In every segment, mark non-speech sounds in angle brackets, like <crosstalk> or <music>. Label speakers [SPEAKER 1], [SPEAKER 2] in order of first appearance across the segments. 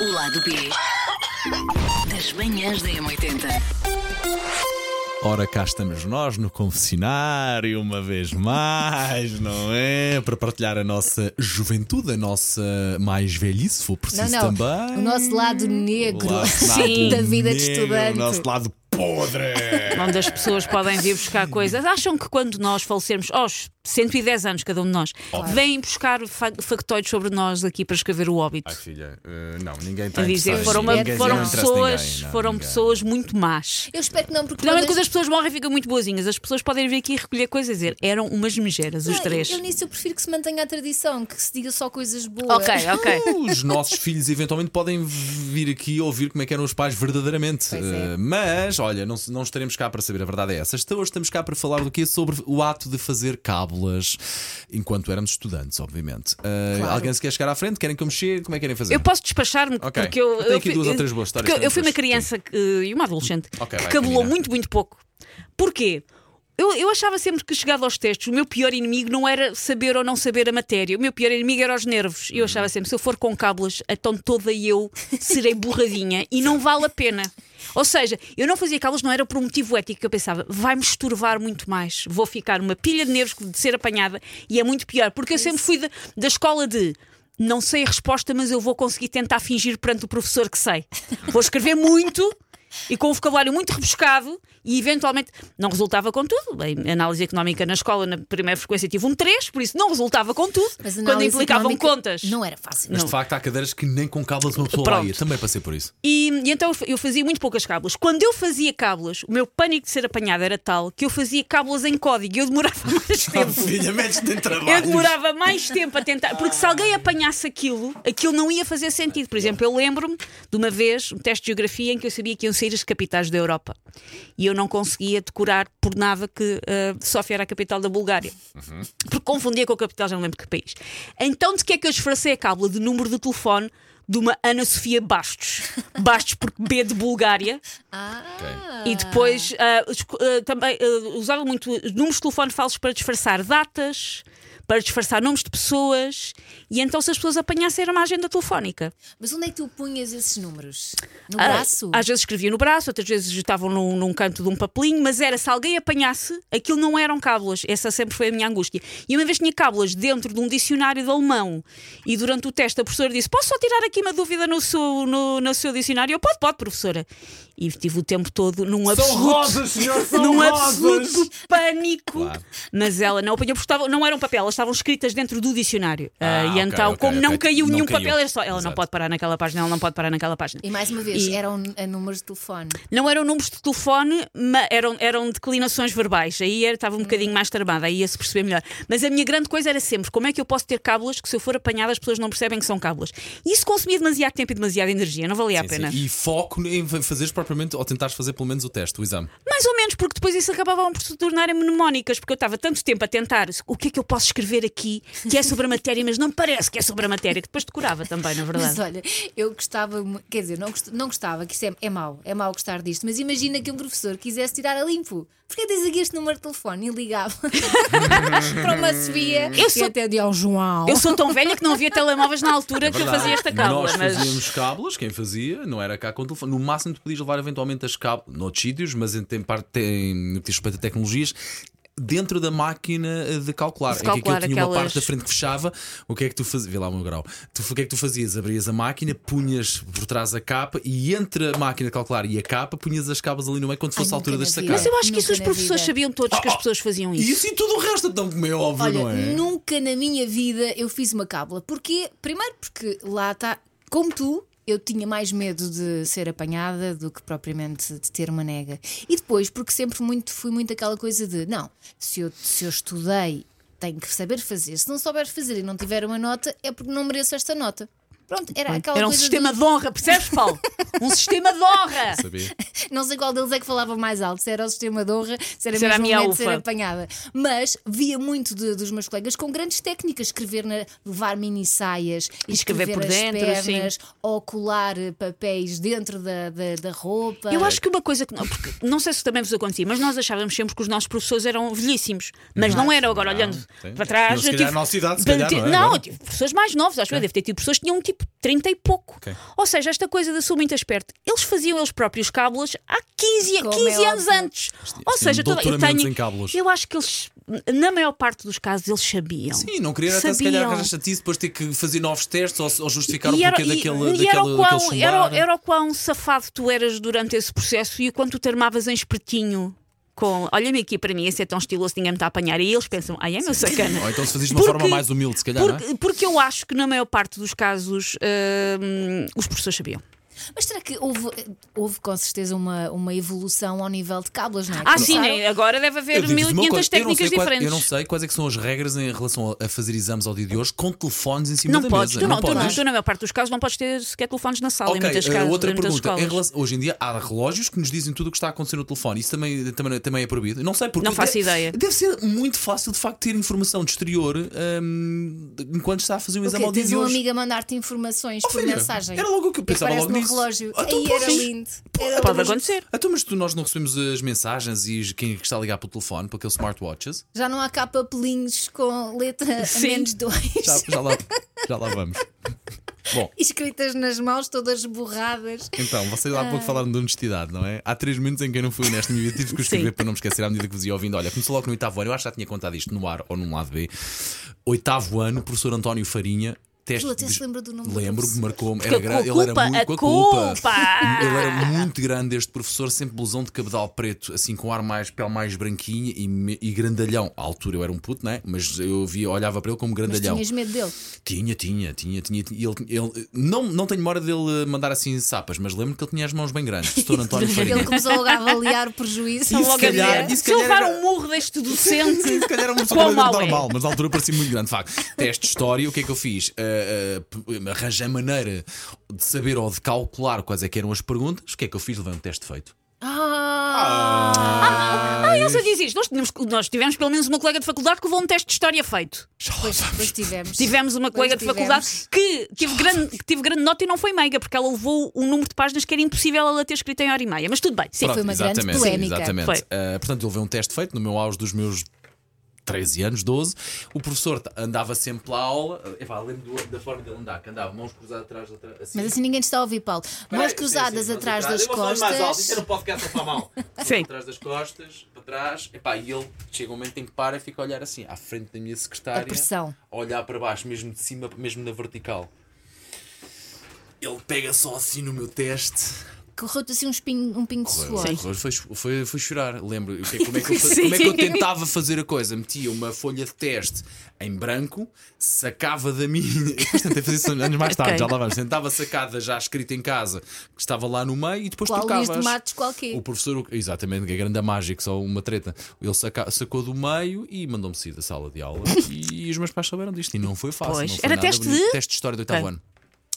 [SPEAKER 1] O lado B das manhãs da M80.
[SPEAKER 2] Ora, cá estamos nós no confessionário, uma
[SPEAKER 3] <laughs>
[SPEAKER 2] vez mais, não é? Para partilhar a nossa juventude, a nossa mais velhice, se for preciso também.
[SPEAKER 4] O nosso lado negro
[SPEAKER 2] O nosso lado
[SPEAKER 4] da vida de
[SPEAKER 2] negro,
[SPEAKER 4] estudante.
[SPEAKER 2] O nosso lado podre.
[SPEAKER 5] onde as pessoas podem vir buscar coisas. Acham que quando nós falecermos, aos 110 anos cada um de nós, vêm buscar fa- factoides sobre nós aqui para escrever o óbito.
[SPEAKER 3] Ai, filha, eh, não, ninguém
[SPEAKER 5] A
[SPEAKER 3] tem
[SPEAKER 5] dizer,
[SPEAKER 3] interesse.
[SPEAKER 5] foram, uma-
[SPEAKER 3] Ninguém tem
[SPEAKER 5] foram
[SPEAKER 3] interesse de
[SPEAKER 5] pessoas,
[SPEAKER 3] ninguém, não,
[SPEAKER 5] foram
[SPEAKER 3] ninguém.
[SPEAKER 5] pessoas muito más.
[SPEAKER 4] Eu espero que não, porque
[SPEAKER 5] Normalmente
[SPEAKER 4] uma
[SPEAKER 5] quando
[SPEAKER 4] das-
[SPEAKER 5] as pessoas morrem ficam muito boazinhas. As pessoas podem vir aqui recolher coisas e dizer eram umas megeras, os
[SPEAKER 4] Não,
[SPEAKER 5] três.
[SPEAKER 4] Eu, eu nisso eu prefiro que se mantenha a tradição, que se diga só coisas boas.
[SPEAKER 5] Ok, ok.
[SPEAKER 2] Os nossos filhos eventualmente podem vir aqui ouvir como é que eram os pais verdadeiramente.
[SPEAKER 4] Pois é.
[SPEAKER 2] Eh, Mas, olha, não, se- não estaremos cá para saber, a verdade é essa. Esta- Hoje estamos cá para falar do quê? Sobre o ato de fazer cábulas enquanto éramos estudantes, obviamente. Eh, Alguém se quer chegar à frente? Querem que eu mexer? Como é que querem fazer?
[SPEAKER 5] Eu posso despachar-me
[SPEAKER 2] Ok.
[SPEAKER 5] porque eu.
[SPEAKER 2] Eu tenho
[SPEAKER 5] eu
[SPEAKER 2] aqui
[SPEAKER 5] fui-
[SPEAKER 2] duas ou três boas histórias
[SPEAKER 5] porque Eu
[SPEAKER 2] também
[SPEAKER 5] fui uma
[SPEAKER 2] depois.
[SPEAKER 5] criança que- e uma adolescente
[SPEAKER 2] Ok,
[SPEAKER 5] que
[SPEAKER 2] vai,
[SPEAKER 5] cabulou
[SPEAKER 2] Karina.
[SPEAKER 5] muito, muito pouco. Porquê? Eu, eu achava sempre que chegado aos testes, o meu pior inimigo não era saber ou não saber a matéria, o meu pior inimigo era os nervos. Eu achava sempre, se eu for com cábulas, então toda eu serei borradinha e não vale a pena. Ou seja, eu não fazia cábulas, não era por um motivo ético, eu pensava, vai-me estorvar muito mais, vou ficar uma pilha de nervos de ser apanhada e é muito pior, porque eu sempre fui da, da escola de não sei a resposta, mas eu vou conseguir tentar fingir perante o professor que sei. Vou escrever muito e com um vocabulário muito rebuscado e eventualmente não resultava com tudo. Bem, análise económica na escola, na primeira frequência, tive um 3, por isso não resultava com tudo
[SPEAKER 4] Mas
[SPEAKER 5] quando
[SPEAKER 4] análise
[SPEAKER 5] implicavam
[SPEAKER 4] económica
[SPEAKER 5] contas.
[SPEAKER 4] Não é. era fácil.
[SPEAKER 2] Mas de facto há cadeiras que nem com cábulas uma pessoa lá
[SPEAKER 5] Pronto.
[SPEAKER 2] ia. Também passei por isso.
[SPEAKER 5] E, e então eu fa- eu fazia muito poucas cábulas. Quando eu fazia cábulas, o meu pânico de ser apanhada era tal que eu fazia cábulas em código e eu demorava <laughs> mais tempo.
[SPEAKER 2] Filha, metes-te em trabalho.
[SPEAKER 5] Eu demorava mais tempo a tentar, porque se alguém apanhasse aquilo, aquilo não ia fazer sentido. Por exemplo, eu lembro-me de uma vez um teste de geografia em que eu sabia que iam sair as capitais da Europa e eu não conseguia decorar por nada que ah, Sófia era a capital da Bulgária, porque confundia com a capital, já não lembro que país. Então, de que é que eu disfarcei a cábula de número de telefone? De uma Ana Sofia Bastos. Bastos porque B de Bulgária.
[SPEAKER 4] Ah,
[SPEAKER 5] E depois ah, esco- ah, também ah, usava muito os números de telefone falsos para disfarçar datas, para disfarçar nomes de pessoas, e então se as pessoas apanhassem era uma agenda telefónica.
[SPEAKER 4] Mas onde é que tu punhas esses números? No
[SPEAKER 5] Ah,
[SPEAKER 4] braço?
[SPEAKER 5] Às vezes escrevia no braço, outras vezes estavam num, num canto de um papelinho, mas era se alguém apanhasse, aquilo não eram cábulas. Essa sempre foi a minha angústia. E uma vez tinha cábulas dentro de um dicionário de alemão, e durante o teste a professora disse: Posso só tirar aqui uma dúvida no seu, no, no seu dicionário? Eu, pode, pode, professora. E tive o tempo todo num absoluto
[SPEAKER 3] senhor,
[SPEAKER 5] num é absoluto pânico. Mas ela não apanhou, porque estavam- não eram papel, elas estavam escritas dentro do dicionário. Ah,
[SPEAKER 2] ok,
[SPEAKER 5] e então,
[SPEAKER 2] ok,
[SPEAKER 5] como
[SPEAKER 2] ok.
[SPEAKER 5] não caiu
[SPEAKER 2] Não
[SPEAKER 5] nenhum
[SPEAKER 2] caiu.
[SPEAKER 5] papel, era só, ela não
[SPEAKER 2] Exato.
[SPEAKER 5] pode parar naquela página, ela não pode parar naquela página.
[SPEAKER 4] E mais uma vez,
[SPEAKER 5] E-
[SPEAKER 4] eram a números de telefone.
[SPEAKER 5] Não eram números de telefone, mas eram, eram declinações verbais. Aí era- estava um bocadinho mais tramada, aí ia-se perceber melhor. Mas a minha grande coisa era sempre: como é que eu posso ter cábulas que, se eu for apanhada, as pessoas não percebem que são cábulas? E isso consumia demasiado tempo e demasiada energia, não valia a pena.
[SPEAKER 2] E foco em fa- fazeres propriamente, ou tentares fazer pelo menos o teste, o exame.
[SPEAKER 5] Mais ou menos, porque depois isso acabavam por se tornarem mnemónicas, porque eu estava tanto tempo a tentar o que é que eu posso escrever aqui que é sobre a matéria, mas não parece que é sobre a matéria, que depois decorava também, na
[SPEAKER 4] Mas
[SPEAKER 5] verdade.
[SPEAKER 4] olha, eu gostava, mu- quer dizer, não, gost- não gostava, que isso é, é mau, é mau gostar disto, mas imagina que um professor quisesse tirar a limpo. Porquê tens aqui este número de telefone e ligava <laughs> para uma Sofia
[SPEAKER 5] Eu
[SPEAKER 4] e
[SPEAKER 5] sou-
[SPEAKER 4] até de ao João?
[SPEAKER 5] Eu sou tão velha que não havia telemóveis na altura que É eu
[SPEAKER 2] Verdade.
[SPEAKER 5] fazia esta cábula,
[SPEAKER 2] Nós
[SPEAKER 5] mas.
[SPEAKER 2] fazíamos cábulas, quem fazia, não era cá com telefone. No máximo, tu podias levar eventualmente as cábulas, noutros sítios, mas em, tem parte, tem, no que diz respeito a tecnologias. Dentro da máquina eh, de calcular,
[SPEAKER 5] De
[SPEAKER 2] Em que aquilo
[SPEAKER 5] calcular
[SPEAKER 2] tinha uma
[SPEAKER 5] aquelas-
[SPEAKER 2] parte da frente que fechava, o que é que tu fazias? Vê lá o meu grau. Tu, o que é que tu fazias? Abrias a máquina, punhas por trás a capa e entre a máquina de calcular e a capa, punhas as cabas ali no meio quando fosse a
[SPEAKER 4] nunca
[SPEAKER 2] altura
[SPEAKER 4] na
[SPEAKER 2] de
[SPEAKER 4] vida.
[SPEAKER 2] sacar.
[SPEAKER 5] Mas eu acho que
[SPEAKER 4] Nunca
[SPEAKER 5] isso os
[SPEAKER 4] na
[SPEAKER 5] professores
[SPEAKER 4] vida.
[SPEAKER 5] sabiam todos que as pessoas faziam isso.
[SPEAKER 2] Oh, Isso e tudo o resto, então, como é óbvio,
[SPEAKER 4] Olha,
[SPEAKER 2] não é?
[SPEAKER 4] nunca na minha vida eu fiz uma cábula. Porquê? Primeiro porque lá está, como tu, eu tinha mais medo de ser apanhada do que propriamente de ter uma nega. E depois porque sempre muito, fui muito aquela coisa de não, se eu, se eu estudei, tenho que saber fazer. Se não souber fazer e não tiver uma nota, é porque não mereço esta nota. Pronto, era aquela
[SPEAKER 5] Era um
[SPEAKER 4] coisa
[SPEAKER 5] sistema
[SPEAKER 4] do-
[SPEAKER 5] de honra, percebes, Paulo? Um sistema de honra!
[SPEAKER 2] Sabia?
[SPEAKER 4] Não sei qual deles é que falava mais alto, se era o sistema de honra, se era
[SPEAKER 5] Se era a
[SPEAKER 4] mesmo
[SPEAKER 5] minha
[SPEAKER 4] momento de ser
[SPEAKER 5] ufa.
[SPEAKER 4] apanhada. Mas via muito de- dos meus colegas com grandes técnicas, escrever na, levar mini saias, e
[SPEAKER 5] Escrever
[SPEAKER 4] escrever,
[SPEAKER 5] por
[SPEAKER 4] as
[SPEAKER 5] dentro, sim.
[SPEAKER 4] pernas, ou colar eh, papéis dentro da, da, da roupa.
[SPEAKER 5] Eu acho que uma coisa que. Não, porque não sei se também vos acontecia, mas nós achávamos sempre que os nossos professores eram velhíssimos. Mas não, eram, agora olhando
[SPEAKER 2] sim.
[SPEAKER 5] para trás.
[SPEAKER 2] Eles, se
[SPEAKER 5] eu
[SPEAKER 2] calhar,
[SPEAKER 5] tive-
[SPEAKER 2] na nossa idade, se
[SPEAKER 5] para-
[SPEAKER 2] calhar, não é?
[SPEAKER 5] não,
[SPEAKER 2] Agora.
[SPEAKER 5] eu tive professores mais novos, acho que eu devo ter tido pessoas que tinham tipo tipo 30 e pouco.
[SPEAKER 2] Ok.
[SPEAKER 5] Ou seja, esta coisa da sou muito esperto, eles faziam eles próprios cábulas há 15,
[SPEAKER 4] Como
[SPEAKER 5] 15
[SPEAKER 4] é
[SPEAKER 5] anos
[SPEAKER 4] óbvio.
[SPEAKER 5] antes. Ou
[SPEAKER 2] eles
[SPEAKER 5] seja,
[SPEAKER 2] tinham
[SPEAKER 5] toda- eu
[SPEAKER 2] doutoramentos
[SPEAKER 5] tenho-
[SPEAKER 2] em cábulas.
[SPEAKER 5] Eu acho que eles, na maior parte dos casos, eles sabiam.
[SPEAKER 2] Sim, não queria até se
[SPEAKER 5] Sabiam.
[SPEAKER 2] calhar arranjar chatice, depois ter que fazer novos testes ou, ou justificar o
[SPEAKER 5] E era,
[SPEAKER 2] porquê
[SPEAKER 5] e-
[SPEAKER 2] daquele,
[SPEAKER 5] e
[SPEAKER 2] daquele,
[SPEAKER 5] era o quão,
[SPEAKER 2] daquele
[SPEAKER 5] era, o-
[SPEAKER 2] chumbar.
[SPEAKER 5] era o quão safado tu eras durante esse processo e o quanto tu te armavas em espertinho com olha-me aqui para mim, esse é tão estiloso, ninguém me está a apanhar. E eles pensam, ai é meu sacana.
[SPEAKER 2] Ou então se fazias de uma
[SPEAKER 5] Porque-
[SPEAKER 2] forma mais humilde, se calhar,
[SPEAKER 5] Porque,
[SPEAKER 2] não é?
[SPEAKER 5] porque eu acho que na maior parte dos casos hum, os professores sabiam.
[SPEAKER 4] Mas será que houve, houve com certeza uma, uma evolução ao nível de cábulas, não é?
[SPEAKER 5] Ah, sim,
[SPEAKER 4] Começaram-
[SPEAKER 5] né? agora deve haver
[SPEAKER 2] digo-vos uma
[SPEAKER 5] 1500
[SPEAKER 2] coisa, eu não sei
[SPEAKER 5] técnicas
[SPEAKER 2] quais-
[SPEAKER 5] diferentes.
[SPEAKER 2] eu não sei quais é que são as regras em relação a, a fazer exames ao dia de hoje com telefones em cima
[SPEAKER 5] Não
[SPEAKER 2] da
[SPEAKER 5] podes,
[SPEAKER 2] mesa.
[SPEAKER 5] tu não, tu não,
[SPEAKER 2] podes.
[SPEAKER 5] tu na maior parte dos casos não podes ter sequer telefones na sala em
[SPEAKER 2] Ok,
[SPEAKER 5] muitas
[SPEAKER 2] eh,
[SPEAKER 5] casas,
[SPEAKER 2] outra
[SPEAKER 5] em muitas
[SPEAKER 2] pergunta. Em
[SPEAKER 5] escolas.
[SPEAKER 2] relação- hoje em dia há relógios que nos dizem tudo o que está a acontecer no telefone. Isso também, também, também é proibido. Não sei porque.
[SPEAKER 5] Não faço
[SPEAKER 2] deve,
[SPEAKER 5] ideia.
[SPEAKER 2] Deve ser muito fácil, de facto, ter informação de exterior hum, enquanto está a fazer um
[SPEAKER 4] O quê?
[SPEAKER 2] exame ao dia
[SPEAKER 4] Tens
[SPEAKER 2] de
[SPEAKER 4] uma
[SPEAKER 2] hoje.
[SPEAKER 4] amiga a mandar-te informações
[SPEAKER 2] Oh,
[SPEAKER 4] por
[SPEAKER 2] filha,
[SPEAKER 4] mensagem.
[SPEAKER 2] Era logo o que eu
[SPEAKER 4] E
[SPEAKER 2] pensava
[SPEAKER 4] aparece
[SPEAKER 2] logo
[SPEAKER 4] no
[SPEAKER 2] nisso.
[SPEAKER 4] relógio.
[SPEAKER 2] Ah, tu
[SPEAKER 4] Aí era
[SPEAKER 2] podes.
[SPEAKER 4] lindo. Era
[SPEAKER 5] Pode
[SPEAKER 4] lindo.
[SPEAKER 5] acontecer.
[SPEAKER 2] Ah, então, mas tu, nós não recebemos as mensagens e quem é que está a ligar pelo telefone, para aqueles smartwatches.
[SPEAKER 4] Já não há cá papelinhos com letra a
[SPEAKER 5] Sim.
[SPEAKER 4] menos dois.
[SPEAKER 2] <laughs> Já, já lá, já lá vamos. Bom,
[SPEAKER 4] Escritas nas mãos, todas borradas.
[SPEAKER 2] então, vocês há
[SPEAKER 4] Ah.
[SPEAKER 2] pouco falaram de honestidade, não é? Há três minutos em que eu não fui honesto na minha vida, tive que escrever
[SPEAKER 5] Sim.
[SPEAKER 2] para não me esquecer à medida que vos ia ouvindo. Olha, começou logo no oitavo ano, eu acho que já tinha contado isto no ar ou num lado B. Oitavo ano, professor António Farinha. Teste
[SPEAKER 4] Tu até
[SPEAKER 2] de-
[SPEAKER 4] se lembra do nome do
[SPEAKER 2] Lembro,
[SPEAKER 4] professor.
[SPEAKER 2] marcou-me.
[SPEAKER 5] Porque
[SPEAKER 2] Era
[SPEAKER 5] a
[SPEAKER 2] grande, ele
[SPEAKER 5] culpa-
[SPEAKER 2] era muito.
[SPEAKER 5] a
[SPEAKER 2] com a culpa.
[SPEAKER 5] culpa.
[SPEAKER 2] Ele era muito grande, este professor, sempre blusão de cabedal preto, assim com ar mais, pele mais branquinha e, me- e grandalhão. À altura eu era um puto, não é? Mas eu via, olhava para ele como
[SPEAKER 4] Mas
[SPEAKER 2] grandalhão.
[SPEAKER 4] tinhas medo dele.
[SPEAKER 2] Tinha, tinha, tinha, tinha. tinha. E Ele, ele, não, não tenho memória dele mandar assim sapas, mas lembro que ele tinha as mãos bem grandes.
[SPEAKER 4] <laughs>
[SPEAKER 2] Professor António
[SPEAKER 4] Ele
[SPEAKER 2] Farinha.
[SPEAKER 4] começou logo a avaliar
[SPEAKER 2] <laughs>
[SPEAKER 4] o prejuízo.
[SPEAKER 2] E se
[SPEAKER 5] Logo a
[SPEAKER 2] calhar-
[SPEAKER 5] ver.
[SPEAKER 2] e se
[SPEAKER 5] se eu
[SPEAKER 2] calhar
[SPEAKER 5] levar
[SPEAKER 2] era-
[SPEAKER 5] um murro deste docente,
[SPEAKER 2] Sim, se calhar era uma pessoa
[SPEAKER 5] Quão
[SPEAKER 2] completamente
[SPEAKER 5] mau é?
[SPEAKER 2] normal, mas na altura parecia muito grande, de facto. Teste de história, o que é que eu fiz? Ah, ah, p- arranjei maneira de saber ou de calcular quais é que eram as perguntas. O que é que eu fiz? Levei um teste feito.
[SPEAKER 4] Ah,
[SPEAKER 5] Ah, Elsa diz isto. Nós, tínhamos- nós tivemos pelo menos uma colega de faculdade que levou um teste de história feito.
[SPEAKER 4] Pois, depois tivemos.
[SPEAKER 5] Tivemos uma colega de
[SPEAKER 4] tivemos.
[SPEAKER 5] faculdade que teve, grande, que teve grande nota e não foi meiga, porque ela levou um número de páginas que era impossível ela ter escrito em hora e meia. Mas tudo bem, sim.
[SPEAKER 4] Pronto. foi uma grande
[SPEAKER 2] exatamente,
[SPEAKER 4] polémica.
[SPEAKER 2] Exatamente.
[SPEAKER 5] Foi.
[SPEAKER 2] Ah, portanto, eu levei um teste feito no meu auge dos meus 13 anos, 12. O professor t- andava sempre pela aula. Ah, Epá, lembro do- da forma dele andar, que andava mãos cruzadas atrás da tra-
[SPEAKER 4] Mas assim ninguém te está a ouvir, Paulo. Mãos
[SPEAKER 2] Peraí,
[SPEAKER 4] cruzadas
[SPEAKER 2] sim, sim,
[SPEAKER 4] atrás
[SPEAKER 2] mãos
[SPEAKER 4] das
[SPEAKER 2] Eu vou falar mais alto,
[SPEAKER 4] costas.
[SPEAKER 2] isso era um podcast para a
[SPEAKER 4] <laughs>
[SPEAKER 2] mão.
[SPEAKER 5] Sim.
[SPEAKER 2] Atrás das costas, para trás. Epá, e ele chega um momento em que para e fica a olhar assim, à frente da minha secretária.
[SPEAKER 4] A pressão.
[SPEAKER 2] A olhar para baixo, mesmo de cima, mesmo na vertical. Ele pega só assim no meu teste.
[SPEAKER 4] Correu-te assim um, espinho, um pingo de suor.
[SPEAKER 2] Foi, foi, foi, foi chorar, lembro. O que é- Como é, <laughs> que eu, fa-
[SPEAKER 5] Sim.
[SPEAKER 2] como é que eu tentava fazer a coisa? Metia uma folha de teste em branco, sacava da minha. Portanto, <laughs> eu fazia isso anos mais tarde,
[SPEAKER 5] Ok.
[SPEAKER 2] já lá vamos. Tentava sacar da já escrita em casa, que estava lá no meio, e depois
[SPEAKER 4] Qual
[SPEAKER 2] trocavas.
[SPEAKER 4] Luís de Matos, qual quê?
[SPEAKER 2] O professor, exatamente, que é grande a mágica, só uma treta. Ele saca- sacou do meio e mandou-me sair da sala de aula. e, os meus pais souberam disto. E não foi fácil.
[SPEAKER 5] Pois.
[SPEAKER 2] não foi
[SPEAKER 5] Era
[SPEAKER 2] nada
[SPEAKER 5] teste
[SPEAKER 2] bonito.
[SPEAKER 5] de? Ah.
[SPEAKER 2] Teste de história do oitavo
[SPEAKER 5] Ok.
[SPEAKER 2] ano.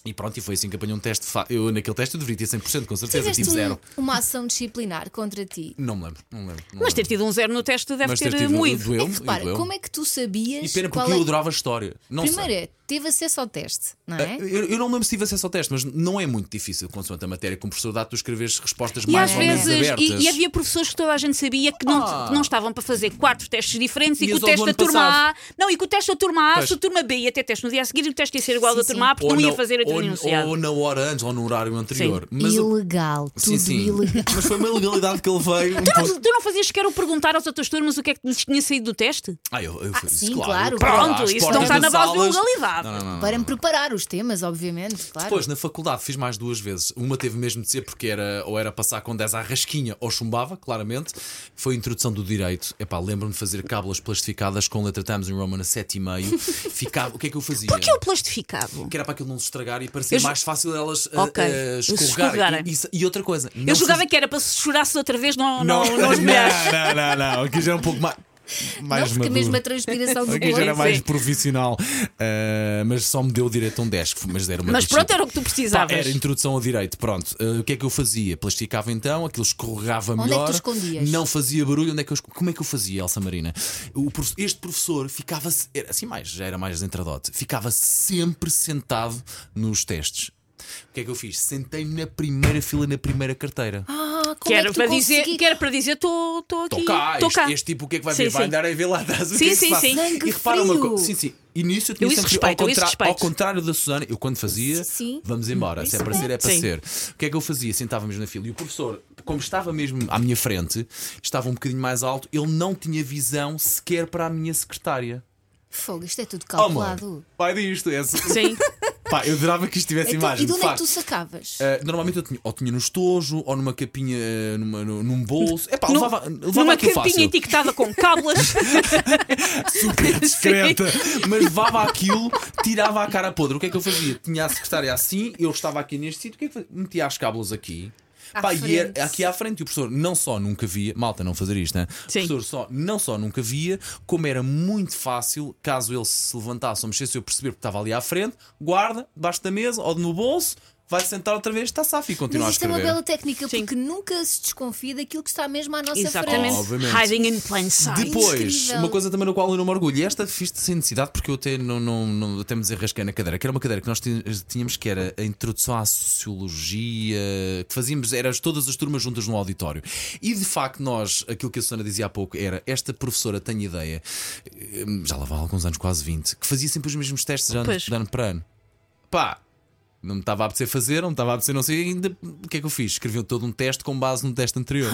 [SPEAKER 2] E pronto, e foi assim que apanhei um teste. fa- Eu, naquele teste eu deveria ter 100%, com certeza,
[SPEAKER 4] Tiveste
[SPEAKER 2] tive
[SPEAKER 4] um-
[SPEAKER 2] é tipo zero.
[SPEAKER 4] uma ação disciplinar contra ti.
[SPEAKER 2] Não me lembro, não me lembro. não me
[SPEAKER 5] Mas ter
[SPEAKER 2] lembro.
[SPEAKER 5] tido um zero no teste deve
[SPEAKER 2] Mas
[SPEAKER 5] ter,
[SPEAKER 2] tido-
[SPEAKER 5] moído.
[SPEAKER 2] doeu-me,
[SPEAKER 4] é que repara,
[SPEAKER 2] doeu-me.
[SPEAKER 4] como é que tu sabias.
[SPEAKER 2] E pena,
[SPEAKER 4] qual
[SPEAKER 2] porque eu
[SPEAKER 4] é-
[SPEAKER 2] adorava história. Não
[SPEAKER 4] Primeiro
[SPEAKER 2] sei. Eh,
[SPEAKER 4] é, teve acesso ao teste, não é?
[SPEAKER 2] Eu, eu não me lembro se tive acesso ao teste, mas não é muito difícil, consoante a matéria, como professor dá-te tu escreveres respostas
[SPEAKER 5] E
[SPEAKER 2] mais
[SPEAKER 5] às
[SPEAKER 2] ou menos
[SPEAKER 5] vezes,
[SPEAKER 2] abertas.
[SPEAKER 5] e, e havia professores que toda a gente sabia que não,
[SPEAKER 2] Ah.
[SPEAKER 5] que não estavam para fazer quatro testes diferentes e,
[SPEAKER 2] E
[SPEAKER 5] que o
[SPEAKER 2] esse é o do
[SPEAKER 5] teste da
[SPEAKER 2] ano
[SPEAKER 5] turma A.
[SPEAKER 2] passado.
[SPEAKER 5] Não, e que o teste da turma A,
[SPEAKER 2] Pois.
[SPEAKER 5] se o turma B e até teste no dia a seguir, o teste ia ser igual ao da
[SPEAKER 4] Sim,
[SPEAKER 5] turma A, porque
[SPEAKER 2] ou
[SPEAKER 5] não ia
[SPEAKER 2] na-
[SPEAKER 5] fazer a
[SPEAKER 2] ou-
[SPEAKER 5] turma enunciado.
[SPEAKER 2] Ou na hora antes, ou no horário anterior. Mas o-
[SPEAKER 4] Ilegal, tudo
[SPEAKER 2] sim, sim.
[SPEAKER 4] ilegal.
[SPEAKER 2] Mas foi uma ilegalidade que ele
[SPEAKER 5] <laughs>
[SPEAKER 2] veio. um pouco-
[SPEAKER 5] Tu não fazias sequer o perguntar às outras turmas o que é que lhes tinha saído do teste?
[SPEAKER 2] Ah, eu, eu fiz
[SPEAKER 4] sim,
[SPEAKER 2] isso,
[SPEAKER 4] claro.
[SPEAKER 2] eu parava
[SPEAKER 5] Pronto,
[SPEAKER 2] às
[SPEAKER 5] isso
[SPEAKER 2] portas
[SPEAKER 5] não está
[SPEAKER 2] das
[SPEAKER 5] na base da
[SPEAKER 2] aulas.
[SPEAKER 5] legalidade.
[SPEAKER 2] Ah.
[SPEAKER 4] Para me preparar os temas, obviamente, claro.
[SPEAKER 2] Depois, na faculdade, fiz mais duas vezes. Uma teve mesmo de ser porque era ou era passar com 10 à rasquinha ou chumbava, claramente. Foi a introdução do direito. Epá, lembro-me de fazer cábulas plastificadas com letra Times New Roman a
[SPEAKER 5] <laughs>
[SPEAKER 2] 7,5. Ficava, o que é que eu fazia?
[SPEAKER 5] Porque o plastificado.
[SPEAKER 2] Que era para aquilo não se estragar e parecia
[SPEAKER 5] Eu ju-
[SPEAKER 2] mais fácil elas uh,
[SPEAKER 5] Ok.
[SPEAKER 2] uh,
[SPEAKER 5] Se
[SPEAKER 2] escorregarem.
[SPEAKER 5] escorregarem.
[SPEAKER 2] E, isso- e outra coisa, não
[SPEAKER 5] Eu julgava
[SPEAKER 2] fiz-
[SPEAKER 5] que era para se chorasse outra vez, não,
[SPEAKER 2] Não,
[SPEAKER 5] não,
[SPEAKER 2] não,
[SPEAKER 5] não,
[SPEAKER 2] não,
[SPEAKER 5] os mulheres.
[SPEAKER 2] não, não. Aqui já era um pouco mais.
[SPEAKER 4] não,
[SPEAKER 2] mais
[SPEAKER 4] porque
[SPEAKER 2] maduro.
[SPEAKER 4] mesmo
[SPEAKER 2] <laughs>
[SPEAKER 4] a transpiração do
[SPEAKER 2] Aqui já era
[SPEAKER 5] Sim,
[SPEAKER 2] mais
[SPEAKER 5] sim.
[SPEAKER 2] profissional. Uh, mas só me deu direito a um 10, que foi- mas era uma
[SPEAKER 5] Mas
[SPEAKER 2] descida.
[SPEAKER 5] pronto, era o que tu
[SPEAKER 2] Pá,
[SPEAKER 5] precisavas.
[SPEAKER 2] era introdução ao direito, pronto. Uh, o que é que eu fazia? Plasticava então, aquilo escorregava
[SPEAKER 4] é que tu
[SPEAKER 2] melhor.
[SPEAKER 4] escondias?
[SPEAKER 2] Não fazia barulho. Onde é que eu, esco- como é que eu fazia, Elsa Marina? O profe- este professor ficava se- era assim mais, já era mais entradote, ficava sempre sentado nos testes. O que é que eu fiz? Sentei-me na primeira fila, na primeira carteira.
[SPEAKER 4] Ah, como
[SPEAKER 5] que
[SPEAKER 4] é
[SPEAKER 5] era
[SPEAKER 4] que tu
[SPEAKER 5] para dizer,
[SPEAKER 4] consegui-
[SPEAKER 5] que era para dizer, estou aqui.
[SPEAKER 2] Estou cá,
[SPEAKER 5] tô cá.
[SPEAKER 2] Este, este tipo o que é que vai
[SPEAKER 5] Sim,
[SPEAKER 2] ver? Vai
[SPEAKER 5] sim.
[SPEAKER 2] andar a ver lá atrás o que
[SPEAKER 5] Sim,
[SPEAKER 2] é que se
[SPEAKER 5] sim,
[SPEAKER 2] passa.
[SPEAKER 5] sim.
[SPEAKER 4] Sangue
[SPEAKER 2] E repara uma
[SPEAKER 4] frio.
[SPEAKER 2] coisa. Sim, sim. Início eu tinha
[SPEAKER 5] Eu isso
[SPEAKER 2] sempre frio.
[SPEAKER 5] respeito, eu
[SPEAKER 2] ao,
[SPEAKER 5] isso
[SPEAKER 2] contra-
[SPEAKER 5] respeito.
[SPEAKER 2] ao contrário da Susana, eu quando fazia,
[SPEAKER 4] Sim.
[SPEAKER 2] vamos embora. Se é para ser, é para
[SPEAKER 5] Sim.
[SPEAKER 2] ser. O que é que eu fazia? Sentávamos na fila e o professor, como estava mesmo à minha frente, estava um bocadinho mais alto, ele não tinha visão sequer para a minha secretária.
[SPEAKER 4] Fogo, isto é tudo
[SPEAKER 2] Oh, mano,
[SPEAKER 4] calculado.
[SPEAKER 2] vai disto. É... su-
[SPEAKER 5] Sim.
[SPEAKER 2] <laughs> Pá, eu adorava que isto tivesse
[SPEAKER 4] Então,
[SPEAKER 2] imagem.
[SPEAKER 4] e de onde
[SPEAKER 2] de
[SPEAKER 4] é que
[SPEAKER 2] facto.
[SPEAKER 4] tu sacavas?
[SPEAKER 2] Uh, normalmente eu tinha, ou tinha no estojo, ou numa capinha, uh, numa- nu- num bolso. É pá,
[SPEAKER 5] Num-
[SPEAKER 2] levava, levava
[SPEAKER 5] Numa
[SPEAKER 2] aquilo
[SPEAKER 5] cantinha
[SPEAKER 2] fácil.
[SPEAKER 5] etiquetada com cábulas.
[SPEAKER 4] <laughs>
[SPEAKER 2] Super discreta. Mas levava aquilo, tirava a cara podre. O que é que eu fazia? Tinha a secretária assim, eu estava aqui neste sítio, o que é que fazia? Metia as cábulas aqui.
[SPEAKER 4] À
[SPEAKER 2] Pá, e era
[SPEAKER 4] frente.
[SPEAKER 2] aqui à frente. E o professor não só nunca via, malta, não fazer isto, né?
[SPEAKER 5] Sim.
[SPEAKER 2] O professor só, não só nunca via, como era muito fácil, caso ele se levantasse ou mexesse, eu perceber que estava ali à frente, guarda, debaixo da mesa ou no bolso, vai sentar outra vez, está safi e continua a
[SPEAKER 4] Mas isto é
[SPEAKER 2] escrever.
[SPEAKER 4] uma bela técnica
[SPEAKER 5] Sim.
[SPEAKER 4] porque nunca se desconfia daquilo que está mesmo à nossa
[SPEAKER 5] Exatamente.
[SPEAKER 4] frente.
[SPEAKER 2] Obviamente.
[SPEAKER 5] Hiding in plain sight.
[SPEAKER 2] Depois,
[SPEAKER 4] incrível.
[SPEAKER 2] uma coisa também no qual eu não me orgulho, e esta fiz sem necessidade porque eu até, não, não, não, até me desenrasquei na cadeira, que era uma cadeira que nós tin- tínhamos que era a introdução à sociologia, que fazíamos, eram todas as turmas juntas no auditório. E de facto, nós, aquilo que a Susana dizia há pouco era: esta professora tem ideia, eh, já lá vão alguns anos, quase 20, que fazia sempre os mesmos testes de ano,
[SPEAKER 5] Pois.
[SPEAKER 2] de ano para ano. Pá! Não me estava a apetecer fazer, não me estava a apetecer não sei ainda. O que é que eu fiz? Escrevi todo um teste com base no teste anterior.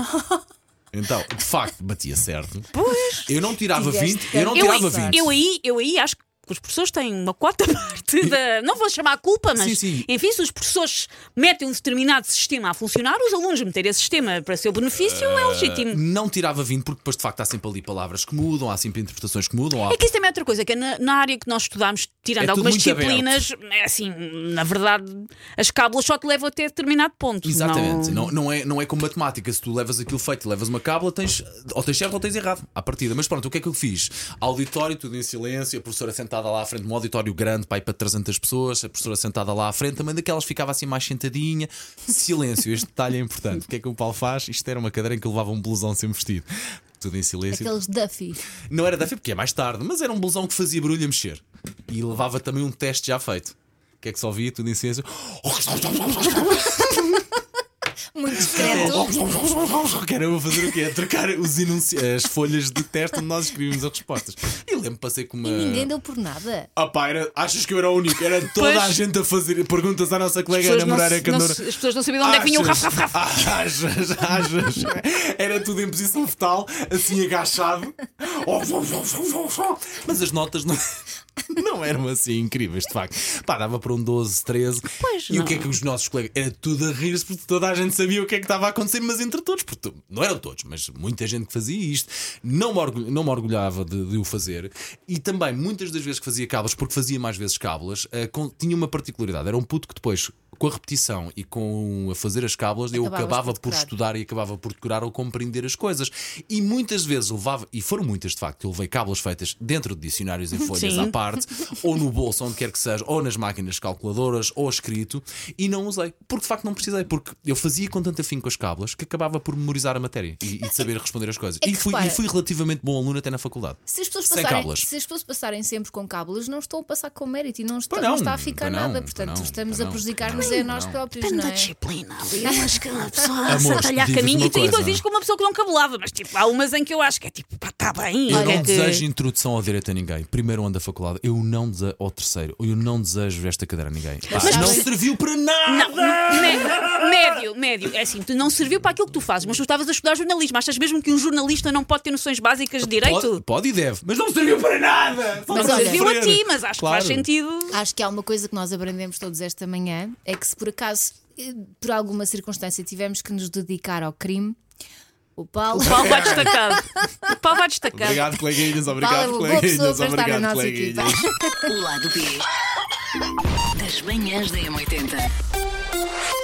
[SPEAKER 2] Então, de facto, batia certo. Pois. Eu não tirava
[SPEAKER 4] Tiveste
[SPEAKER 2] 20, eu não
[SPEAKER 5] Eu, aí-
[SPEAKER 2] tirava 20.
[SPEAKER 5] eu aí, eu aí acho que os professores têm uma quarta <laughs> parte da. Não vou chamar a culpa, mas.
[SPEAKER 2] Sim, sim.
[SPEAKER 5] Enfim, se os professores metem um determinado sistema a funcionar, os alunos meterem esse sistema para seu benefício
[SPEAKER 2] Ah,
[SPEAKER 5] é legítimo.
[SPEAKER 2] Não tirava 20, porque depois de facto há sempre ali palavras que mudam, há sempre interpretações que mudam. Há...
[SPEAKER 5] É que isso também é outra coisa, que é na, na área que nós estudámos, tirando
[SPEAKER 2] É tudo
[SPEAKER 5] algumas
[SPEAKER 2] muito
[SPEAKER 5] disciplinas, é assim, na verdade, as cábulas só te levam até determinado ponto.
[SPEAKER 2] Exatamente.
[SPEAKER 5] Não...
[SPEAKER 2] Não... Não, é, não é como matemática. Se tu levas aquilo feito e levas uma cábula, tens, ou tens certo ou tens errado à partida. Mas pronto, o que é que eu fiz? Auditório, tudo em silêncio, a professora sentada lá à frente, um auditório grande para ir para 300 pessoas, a professora sentada lá à frente, também daquelas ficava assim mais sentadinha. Silêncio, este detalhe é importante. O que é que o Paulo faz? Isto era uma cadeira em que eu levava um blusão sem vestido. Tudo em silêncio.
[SPEAKER 4] Aqueles Duffy.
[SPEAKER 2] Não era da FIP, porque é mais tarde, mas era um blusão que fazia barulho a mexer. E levava também um teste já feito. O que é que só via? Tudo em silêncio.
[SPEAKER 4] Muito
[SPEAKER 2] Oh,
[SPEAKER 4] discreto.
[SPEAKER 2] Que era eu fazer o quê? Trocar os enunci... as folhas de teste onde nós escrevíamos as respostas. E lembro-me, passei com uma.
[SPEAKER 4] E ninguém deu por nada.
[SPEAKER 2] Ah pá, era... achas que eu era o único? Era toda
[SPEAKER 5] Pois.
[SPEAKER 2] a gente a fazer perguntas à nossa
[SPEAKER 5] As
[SPEAKER 2] colega
[SPEAKER 5] pessoas
[SPEAKER 2] Ana
[SPEAKER 5] não,
[SPEAKER 2] Moreira
[SPEAKER 5] se- não
[SPEAKER 2] Candora.
[SPEAKER 5] se- as pessoas não sabiam de onde é que
[SPEAKER 2] Ah,
[SPEAKER 5] vinha o raf, raf,
[SPEAKER 2] <laughs>
[SPEAKER 5] raf.
[SPEAKER 2] Achas, achas. Era tudo em posição fetal, assim
[SPEAKER 5] <laughs>
[SPEAKER 2] agachado. Mas as notas não, não eram assim incríveis, de facto. Pá, dava para um 12, 13.
[SPEAKER 5] Pois
[SPEAKER 2] e
[SPEAKER 5] não.
[SPEAKER 2] o que é que os nossos colegas. Era tudo a rir-se porque toda a gente sabia o que é que estava a acontecer, mas entre todos, porque tu- não eram todos, mas muita gente que fazia isto. Não me, orgulho- não me orgulhava de, de o fazer. E também, muitas das vezes que fazia cábulas, porque fazia mais vezes cábulas, eh, com- tinha uma particularidade. Era um puto que depois. Com a repetição e com a fazer as cábulas, eu
[SPEAKER 4] Acabavas
[SPEAKER 2] acabava
[SPEAKER 4] por
[SPEAKER 2] por
[SPEAKER 4] decorar.
[SPEAKER 2] estudar estudar e acabava por decorar ou compreender as coisas. E muitas vezes levava, e foram muitas de facto, eu levei cábulas feitas dentro de dicionários
[SPEAKER 4] <laughs>
[SPEAKER 2] em folhas
[SPEAKER 5] Sim.
[SPEAKER 2] à parte, ou no bolso, onde quer que seja, ou nas máquinas calculadoras, ou escrito, e não usei. Porque de facto não precisei, porque eu fazia com tanto afinco as cábulas que acabava por memorizar a matéria e, e de saber responder as coisas.
[SPEAKER 4] É que
[SPEAKER 2] e, fui,
[SPEAKER 4] repara-
[SPEAKER 2] e fui relativamente bom aluno até na faculdade.
[SPEAKER 4] Se as, pessoas
[SPEAKER 2] Sem
[SPEAKER 4] passarem,
[SPEAKER 2] cábulas.
[SPEAKER 4] se as pessoas passarem sempre com cábulas, não estão a passar com mérito e não está,
[SPEAKER 2] Pois
[SPEAKER 4] não
[SPEAKER 2] não,
[SPEAKER 4] está a ficar
[SPEAKER 2] pois não,
[SPEAKER 4] nada.
[SPEAKER 2] pois
[SPEAKER 4] Portanto,
[SPEAKER 2] não,
[SPEAKER 4] estamos
[SPEAKER 2] pois
[SPEAKER 4] a
[SPEAKER 2] não,
[SPEAKER 4] prejudicar-nos
[SPEAKER 2] pois
[SPEAKER 4] a
[SPEAKER 2] não.
[SPEAKER 4] nós próprios,
[SPEAKER 1] Depende da
[SPEAKER 4] não é?
[SPEAKER 1] disciplina. Eu acho que a pessoa
[SPEAKER 2] Amor,
[SPEAKER 5] a talhar
[SPEAKER 2] digo-vos
[SPEAKER 5] caminho.
[SPEAKER 2] uma
[SPEAKER 5] E tu- e tu
[SPEAKER 2] coisa.
[SPEAKER 5] dizes com uma pessoa que não cabulava, mas tipo, há umas em que eu acho que é tipo, pá, tá bem.
[SPEAKER 2] Eu
[SPEAKER 5] olha
[SPEAKER 2] não
[SPEAKER 5] que-
[SPEAKER 2] desejo introdução ao direito a ninguém. Primeiro ano da faculdade, eu não desejo. Ou terceiro, eu não desejo esta cadeira a ninguém. Pá,
[SPEAKER 4] Mas
[SPEAKER 2] não
[SPEAKER 4] sabes-
[SPEAKER 2] serviu para nada!
[SPEAKER 5] Não, mé- médio, médio. É assim, tu não serviu para aquilo que tu fazes, mas tu estavas a estudar jornalismo. Achas mesmo que um jornalista não pode ter noções básicas de
[SPEAKER 2] Pode,
[SPEAKER 5] direito?
[SPEAKER 2] pode e deve, mas não serviu para nada! Só
[SPEAKER 4] Mas
[SPEAKER 2] para
[SPEAKER 4] olha-
[SPEAKER 5] Serviu a
[SPEAKER 2] sofrer.
[SPEAKER 5] ti, mas acho
[SPEAKER 2] Claro.
[SPEAKER 5] que faz sentido.
[SPEAKER 4] Acho que há uma coisa que nós aprendemos todos esta manhã: é que se por acaso, eh, por alguma circunstância, tivemos que nos dedicar ao crime, o Paulo.
[SPEAKER 5] O Paulo vai destacado. O Paulo vai destacado.
[SPEAKER 2] Obrigado, coleguinhas,
[SPEAKER 4] Paulo é
[SPEAKER 2] obrigado,
[SPEAKER 4] uma boa pessoa
[SPEAKER 2] coleguinhas,
[SPEAKER 4] para estar na
[SPEAKER 2] obrigado,
[SPEAKER 4] nossa equipa.
[SPEAKER 2] coleguinhas.
[SPEAKER 1] O lado B das manhãs da M80.